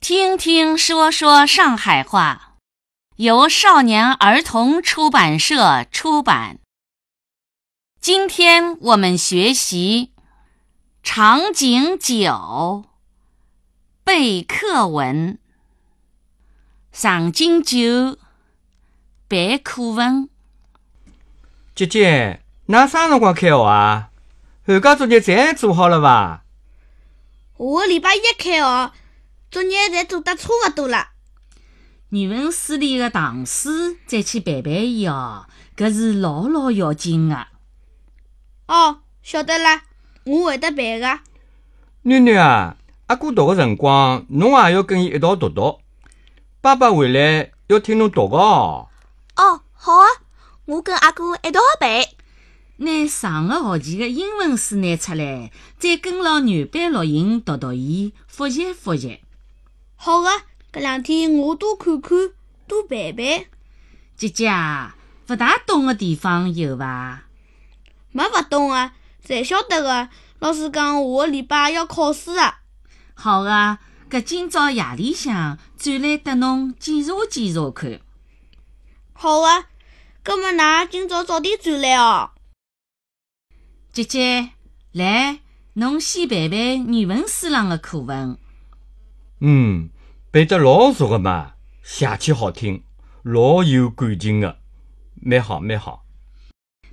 听听说说上海话，由少年儿童出版社出版。今天我们学习场景九背课文。场景九背课文，姐姐，㑚啥辰光开学啊？寒假作业侪做好了伐？下个礼拜一哦开学，作业侪做得差勿多了。语文书里的唐诗再去背背伊哦，搿是老老要紧啊的。哦，晓得了，我会得背个。囡囡啊，阿哥读个辰光，侬也要跟伊一道读读。爸爸回来要听侬读个哦。哦，好啊，我跟阿哥一道背。拿上个学期的英文书拿出来，再跟牢原版录音读读伊，复习复习。好个、搿两天我多看看，多背背，姐姐啊，勿大懂的地方有伐？没勿懂啊，侪晓得个。老师讲下个礼拜要考试啊。好啊，搿今朝夜里向转来搭侬检查检查看。好个、啊，葛末㑚今朝早点转来哦。姐姐，来，侬先背背语文书上的课文。嗯，背得老熟个嘛，写起好听，老有感情个，蛮好蛮好。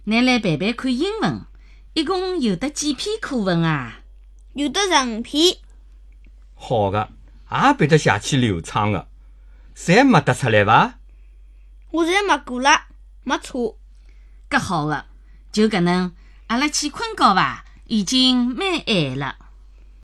拿来背背看英文，一共有得几篇课文啊？有的十五篇，好个，也背得写起流畅个，侪没得出来伐？我侪默过了，没错。啊搿好的，就搿能，阿拉去困觉伐？已经蛮晚了。